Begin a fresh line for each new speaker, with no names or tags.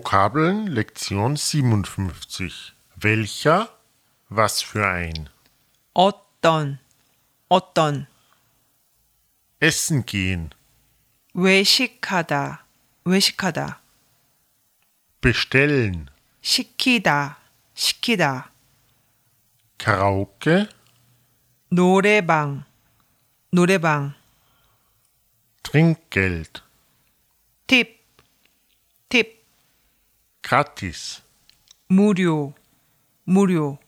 Vokabeln Lektion 57. Welcher? Was für ein?
어떤, 어떤,
Essen gehen.
외식하다, 외식하다,
Bestellen.
시키다, 시키다,
Karaoke.
노래방, 노래방,
Trinkgeld.
팁, 팁,
Gratis.
무료, 무료,